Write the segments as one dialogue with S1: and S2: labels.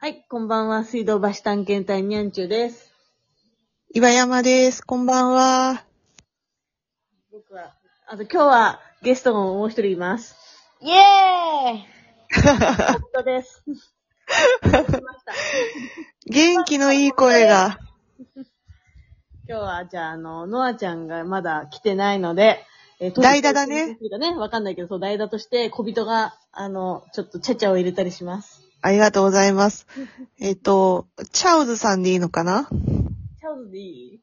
S1: はい、こんばんは。水道橋探検隊みゃんちゅうです。
S2: 岩山です。こんばんは。
S1: 僕は、あと今日はゲストももう一人います。
S3: イエーイ
S1: 夫です。
S2: 元気のいい声が。
S1: 今日は、じゃあ、あの、ノアちゃんがまだ来てないので、えー
S2: 代打だね。
S1: 年上の人ね、わかんないけど、そう、代打として、小人が、あの、ちょっとちゃちゃを入れたりします。
S2: ありがとうございます。えっと、チャウズさんでいいのかな
S1: チャウズでいい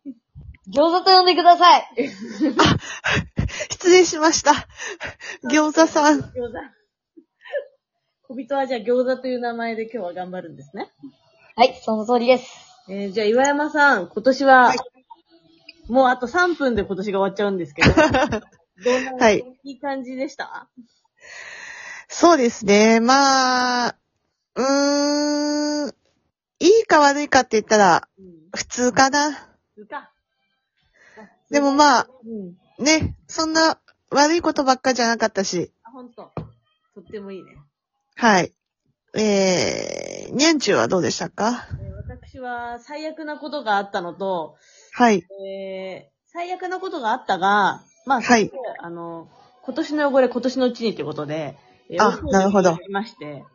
S3: 餃子と呼んでください
S2: 失礼しました。餃子さん。
S1: 餃子。小人はじゃあ餃子という名前で今日は頑張るんですね。
S3: はい、その通りです。
S1: えーじゃあ岩山さん、今年は、もうあと3分で今年が終わっちゃうんですけど、どんな、
S2: はい
S1: いい感じでした
S2: そうですね。まあ、うーん、いいか悪いかって言ったら、
S1: うん。
S2: 普通かな。
S1: うか。
S2: でもまあ、
S1: うん。
S2: ね、そんな悪いことばっかじゃなかったし、
S1: あ、ほんと。とってもいいね。
S2: はい。えー、にゃんちゅうはどうでしたか
S1: えー私は最悪なことがあったのと、
S2: はい。
S1: えー最悪なことがあったが、まあ、
S2: はい
S1: あの、今年の汚れ、今年のうちにということで、えー
S2: あなるほど
S1: お掃除をしまして、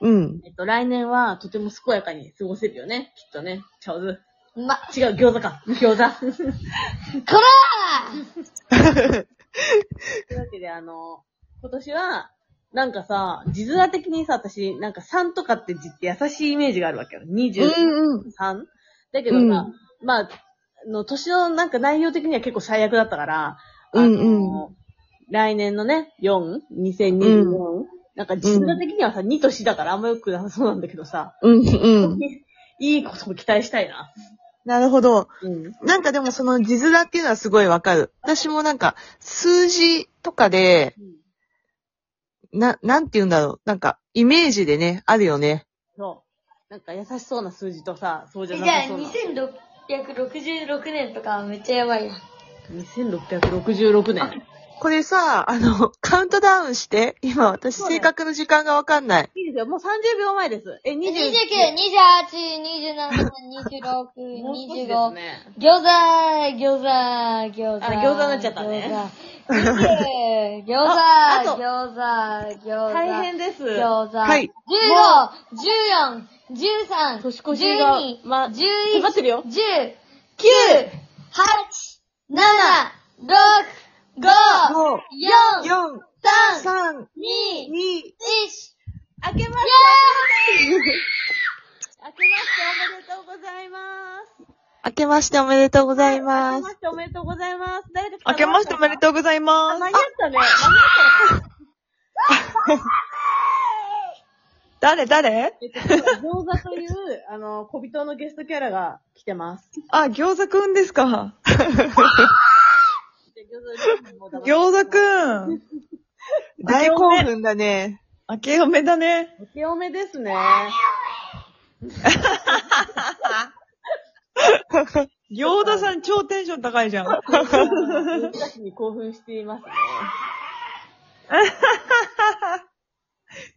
S2: うん。
S1: えっと、来年はとても健やかに過ごせるよね。きっとね。ちゃうず。
S3: ま、
S1: 違う、餃子か。餃子。
S3: こらー
S1: というわけで、あの、今年は、なんかさ、字面的にさ、私、なんか3とかって字って優しいイメージがあるわけよ。23、
S2: んうん。
S1: だけどさ、
S2: うん
S1: まあ、の、年のなんか内容的には結構最悪だったから、あの
S2: うんう
S1: 来年のね、4、2024、なんか字
S2: う
S1: 面
S2: ん
S1: 的にはさ、2と4だからあんまよくなさそうなんだけどさ、
S2: うんうん。
S1: いいことを期待したいな。
S2: なるほど。
S1: うん。
S2: なんかでもその字面っていうのはすごいわかる。私もなんか数字とかで、な、なんて言うんだろう。なんかイメージでね、あるよね。
S1: そう。なんか優しそうな数字とさ、そうじ
S3: じ
S1: ゃ
S3: ゃ
S1: なさそうな。
S3: あ、2666年とかはめっちゃやばいな。
S1: 2666年。
S2: これさ、あの、 カウントダウンして、今私
S1: そうだよ
S2: 正確の時間がわかんない。
S1: いいですよ。もう30秒前です。え、
S3: 29、28、
S1: 20。もう少しです
S3: 27、26、25。
S1: ね。
S3: 餃子、餃子、餃子。
S1: あ餃子になっちゃったね
S3: ね。餃子
S1: ああ、と
S3: 餃子、餃子。
S1: 大変です。
S3: 餃子。
S2: はい。
S3: 15、14、13、
S1: 年越しが
S3: 12、
S1: ま
S3: 11、
S1: 迫ってるよ
S3: 10、9、8、7、6、
S2: 5、
S3: 5、
S2: 4、
S3: 4、
S2: 3、
S3: 3、2、
S2: 2、
S3: 1、
S1: 明けまして
S3: イェーイ
S1: 明けましておめでとうございます。
S2: 明けましておめでとうございま。
S1: 明けますしておめでとうございます。誰か来た
S2: 明けましておめでとうございま
S1: あ
S2: す
S1: 間。に合ったね。
S2: 誰誰
S1: 間に合った。えっと、今日は餃子という、あの、小人のゲストキャラが来てます。
S2: あ、餃子くんです か。
S1: で餃子も黙って
S4: 餃子くん、
S2: 大興奮だね。
S4: 明けおめだね。
S1: 明けおめですね。
S4: 餃子さん超テンション高いじゃん。
S1: 私たちに興奮していますね。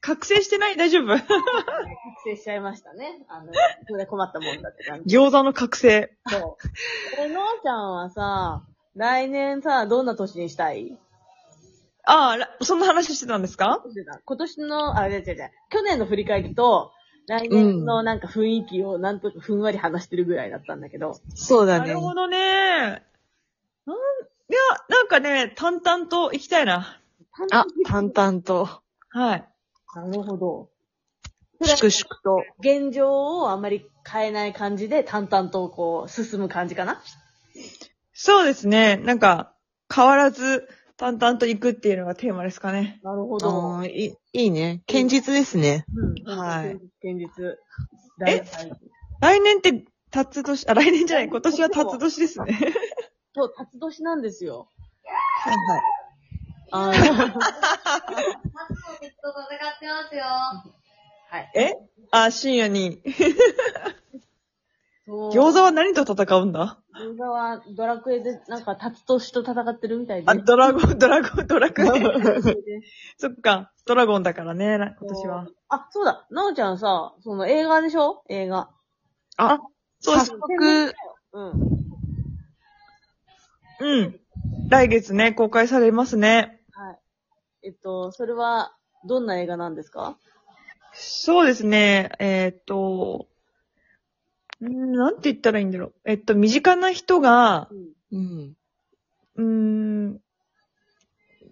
S4: 覚醒してない大丈夫
S1: 覚醒しちゃいましたね。あの、それで困ったもんだって感じ。
S4: 餃子の覚醒。
S1: そう。え、のあちゃんはさ、来年さ、どんな年にしたい
S4: ああら、そんな話してたんですか
S1: 今年の、あ、違う違う違う、去年の振り返りと、来年のなんか雰囲気をなんとかふんわり話してるぐらいだったんだけど。
S2: そうだ
S4: な
S2: ね
S4: る。ほどね。なんいや、なんかね、淡々と行きたいな。
S2: あ、淡々 と、
S4: はい。
S1: なるほど。
S2: 粛々と。
S1: 現状をあんまり変えない感じで淡々とこう進む感じかな
S4: そうですね。なんか、変わらず淡々と行くっていうのがテーマですかね。
S1: なるほ
S2: あ
S1: ど。
S2: ーいいいいね。堅実ですね。
S1: うん
S4: はい。
S1: 現実。
S4: え来年って、タツ年、あ、来年じゃない、今年はタツ年ですね。
S1: そう、辰年なんですよ。
S2: はいはい。
S1: あ ー
S3: マスコミと戦ってますよ。
S1: はい。
S4: えあ、深夜に。
S1: そう
S2: 餃子は何と戦うんだ
S1: 餃子はドラクエで、なんか、タツトシと戦ってるみたいで
S2: あ、
S1: す。
S2: ドラゴン、ドラゴン、ドラクエ。
S1: そう
S2: そっか、ドラゴンだからね、な今年は。
S1: あ、そうだ。なおちゃんさ、その映画でしょ映画。
S5: あ、
S2: そう
S5: 早速、
S1: うん。
S2: うん。来月ね、公開されますね。
S1: はい。えっと、それは、どんな映画なんですか
S2: そうですね、えーっと、んーなんて言ったらいいんだろう。えっと、身近な人が、
S1: うん。
S2: う
S5: うん。
S2: ーん、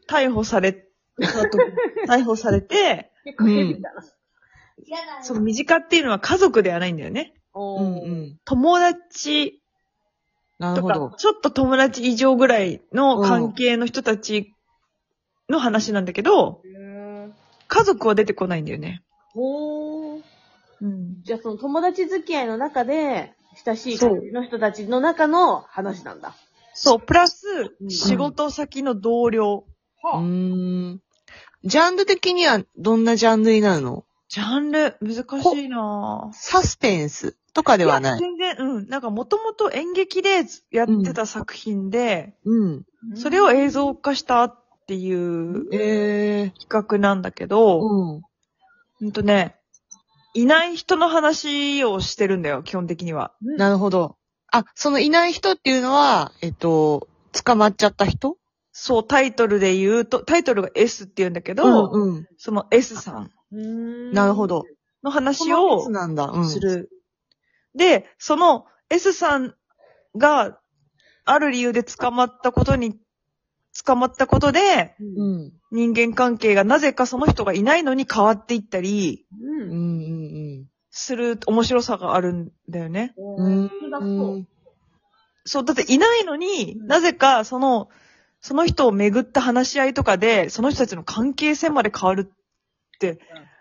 S2: 逮捕されたと、 逮捕されて、
S1: 結構ヘビーだな。
S3: 嫌だ
S2: その身近っていうのは家族ではないんだよね。
S1: お
S5: うん
S1: ー
S5: うん。
S2: 友達
S5: なる
S2: と
S5: ほ
S2: か
S5: ど、。
S2: ちょっと友達以上ぐらいの関係の人たちの話なんだけど、
S1: へー
S2: 家族は出てこないんだよね。
S1: ほー。
S2: うん。
S1: じゃあ、その友達付き合いの中で、親しい感じの人たちの中の話なんだ。
S2: そう、プラス
S1: う、ん
S2: 仕事先の同僚。
S5: うーん。ジャンル的にはどんなジャンルになるの
S2: ジャンル、難しいなぁ。
S5: サスペンスとかではない。
S2: 全然、うん。なんかもともと演劇でやってた作品で、
S5: うん。
S2: それを映像化したっていう
S5: ええ
S2: 企画なんだけど、
S5: うん。
S2: ほんとね、いない人の話をしてるんだよ、基本的には。
S5: なるほど。あ、そのいない人っていうのは、えっと、捕まっちゃった人
S2: そう、タイトルで言うと、タイトルが S って言うんだけど、
S5: うんうん。
S2: その S さん
S1: うん
S5: なるほ。ど。
S2: の話
S5: このや
S2: を
S5: つなんだ。うん。
S2: する。で、その S さんが、ある理由で捕まったことに、捕まったことで、
S1: う。
S5: うんん。
S2: 人間関係がなぜかその人がいないのに変わっていったり、
S5: う
S1: うん。
S5: んうん
S2: する面白さがあるんだよね。
S5: う。
S1: うんん。
S5: う
S1: そ
S5: ん。
S2: そう、だっていないのに、
S1: うん
S2: なぜかその、その人を巡った話し合いとかで、その人たちの関係性まで変わる。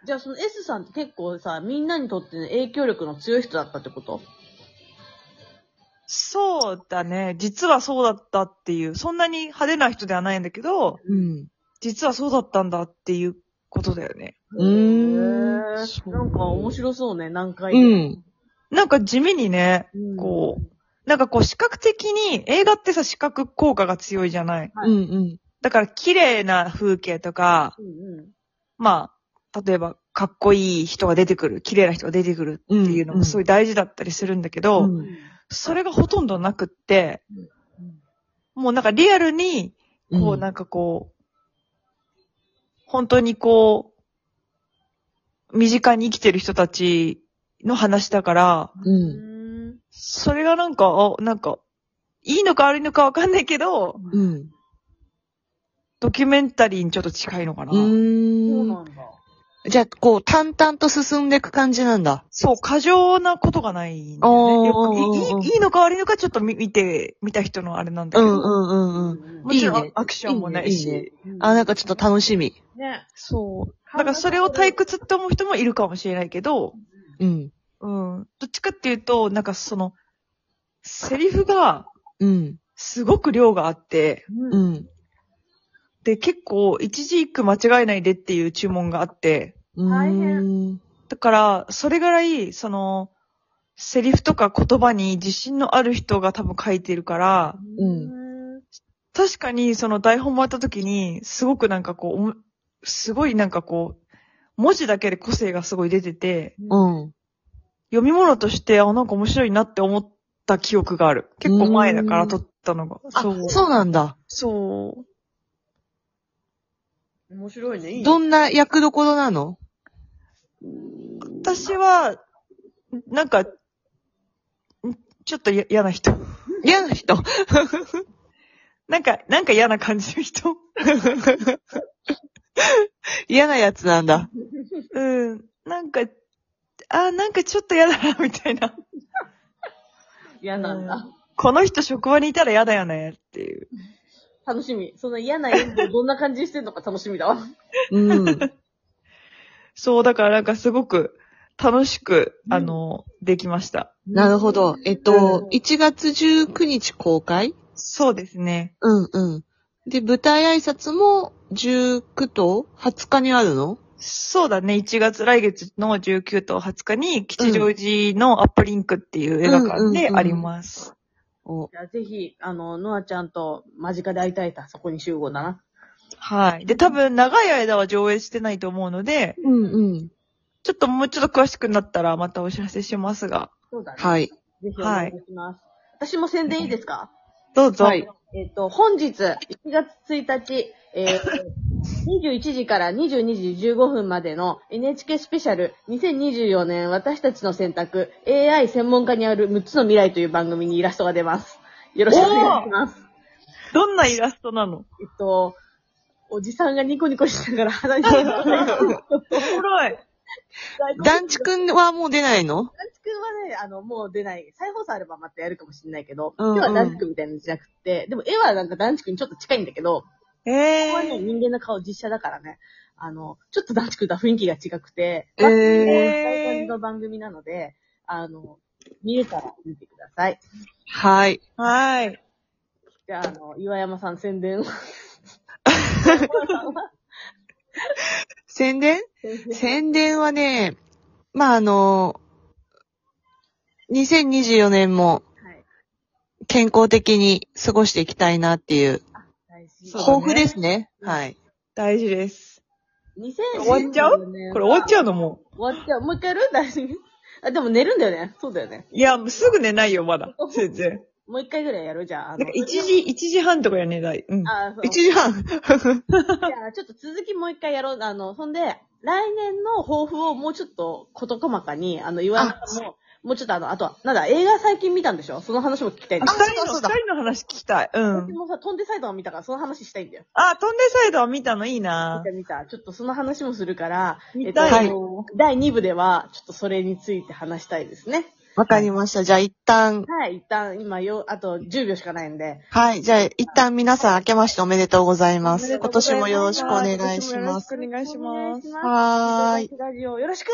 S1: じゃあその S さんって結構さ、みんなにとっての影響力の強い人だったってこと
S2: そうだね。実はそうだったっていう、そんなに派手な人ではないんだけど、
S5: うん。
S2: 実はそうだったんだっていうことだよね。
S5: うーん
S1: へー
S2: そう
S1: なんか面白そうね、何回
S5: う
S1: で。
S5: ん。
S2: なんか地味にね、
S1: うん
S2: こう、なんかこう視覚的に、映画ってさ視覚効果が強いじゃない。
S1: は
S5: う
S1: い
S5: んうん。
S2: だから綺麗な風景とか、
S1: うんう
S2: まあ、例えばかっこいい人が出てくる、綺麗な人が出てくるっていうの
S5: うんう
S2: も
S5: ん
S2: すごい大事だったりするんだけど、
S5: うん
S1: ん。
S2: それがほとんどなくって、
S1: うん
S2: もうなんかリアルに、こうなんかこう、本当にこう、身近に生きてる人たちの話だから、
S5: うん。
S2: それがなんか、あなんか、いいのか悪いのかわかんないけど、
S5: うん。
S2: ドキュメンタリーにちょっと近いのかな。
S1: そう
S5: うーん。
S1: なんだ。
S5: じゃあ、こう、淡々と進んでいく感じなんだ。
S2: そう、過剰なことがないんだよね。
S5: おー
S2: よくいいいいのか悪いのかちょっと見見て、見た人のあれなんだ
S5: う
S2: けど。
S5: んうんうんう
S1: ん
S5: ん。
S2: もちろん
S5: いいね
S2: アクションもないし。
S5: いいねいいあ、なんかちょっと楽しみ。
S1: ね。
S2: そう。だからそれを退屈って思う人もいるかもしれないけど、
S5: うん。
S2: うん。どっちかっていうと、なんかその、セリフが
S5: うん。
S2: すごく量があって、
S1: うん
S5: うん。
S2: で、結構一字一句間違えないでっていう注文があって、
S5: うーん
S1: 大
S2: だから、それぐらい、その、セリフとか言葉に自信のある人が多分書いてるから、
S1: うん。
S2: 確かにその台本もらった時に、すごくなんかこうおも、すごいなんかこう、文字だけで個性がすごい出てて、
S5: うん。
S2: 読み物として、あ、なんか面白いなって思った記憶がある。結構前だか
S5: う
S2: ら
S5: ん
S2: 撮ったのが。
S5: あ、そうなんだ。
S2: そう。
S1: 面白いね。いいね
S5: どんな役どころなの
S2: 私は、なんか、んちょっとや嫌な 人。
S5: 嫌な人。
S2: なんか、なんか嫌な感じの人。
S5: 嫌なやつなんだ。
S2: うん。なんか、あ、なんかちょっと嫌だな、みたいな。
S1: 嫌なんだ。
S2: この人職場にいたら嫌だよね、っていう。
S1: 楽しみ。その嫌な演技をどんな感じにしてんのか楽しみだわ。
S5: うん。
S2: そう、だからなんかすごく楽しく、
S1: うん
S2: あの、できました。
S5: なるほど。えっと、
S1: うん
S5: 1月19日公開
S2: そうですね。
S5: うんうん。で、舞台挨拶も19と20日にあるの
S2: そうだね、1月、来月の19と20日に、吉祥寺のアップリンクっていう映画館であります。
S5: お
S1: じゃあぜひ、あの、ノアちゃんと間近で会いたいと、そこに集合だな。
S2: はい。で、多分長い間は上映してないと思うので、
S5: うんうん。
S2: ちょっともうちょっと詳しくなったらまたお知らせしますが。
S1: そうだね。。
S5: はいい。
S1: ぜひお願いします。私も宣伝いいですか
S2: どうぞ。
S5: はい。
S1: えっ、と、本日、1月1日、え ー21時から22時15分までの NHK スペシャル2024年私たちの選択 AI 専門家にある6つの未来という番組にイラストが出ます。よろしくお願いします。
S2: どんなイラストなの
S1: えっと、おじさんがニコニコしな がら話してる。大
S2: おもろい。
S1: 根
S5: 団地くんはもう出ないの
S1: 団地くんはね、あの、もう出ない。再放送あればまたやるかもしれないけど、
S5: うんうん
S1: 今日は団地くんみたいなのじゃなくて、でも絵はなんか団地くんにちょっと近いんだけど、
S2: え
S1: ここはね、
S2: ー、
S1: 人間の顔実写だからね、あの、ちょっと団地くんとは雰囲気が違くて、
S5: え
S1: こう
S5: ー、
S1: いう感じの番組なので、あの、見れたら見てください。
S5: はい。
S2: はい。
S1: じゃあ、あの、岩山さん宣伝を。
S5: 宣伝宣伝はね、まあ、あの、2024年も
S1: はい。
S5: 健康的に過ごしていきたいなっていう、
S1: 大事。
S2: そうだね
S5: 抱負ですね。はい。
S2: 大事です。
S1: 終
S2: 終わっちゃうこれ終わっちゃうのもう。
S1: 終わっちゃう。もう一回やる大丈夫あ、でも寝るんだよね。そうだよね。
S2: いや、もうすぐ寝ないよ、まだ。全然。
S1: もう一回ぐらいやるじゃあ。あの
S2: なんか1時、1時半とかや寝ない。うん。
S1: あ、そう。
S5: 1時半。
S1: じゃあ、ちょっと続きもう一回やろう。あの、そんで、来年の抱負をもうちょっと事細かに、あの、岩山さんも、もうちょっとあの、あとは、なんだ、映画最近見たんでしょその話も聞きたいん
S2: あ
S1: だよ。
S2: 二
S5: そう
S2: 人の、二
S5: だそうだ
S2: 人の話聞きたい。うん
S1: 私。もさ、飛んでサイドを見たから、その話したいんだよ。
S2: あ、飛んでサイドは見たのいい
S1: 見
S2: な
S1: た見た。ちょっとその話もするから、
S2: 見た
S1: えっ
S2: い
S1: と
S2: よ。
S1: 第2部では、ちょっとそれについて話したいですね。
S5: わかりました。じゃあ一旦、
S1: はい、一旦、今よ、あと10秒しかないんで、
S5: はい。じゃあ一旦皆さん明けましておめでとうございます。
S1: おめでと
S5: 今
S1: うござ
S5: 年
S1: います
S5: もよろしくお願いし
S2: 今年
S5: ます。
S2: もよろしくお願いします。
S5: はーい。
S1: ラジオよろしく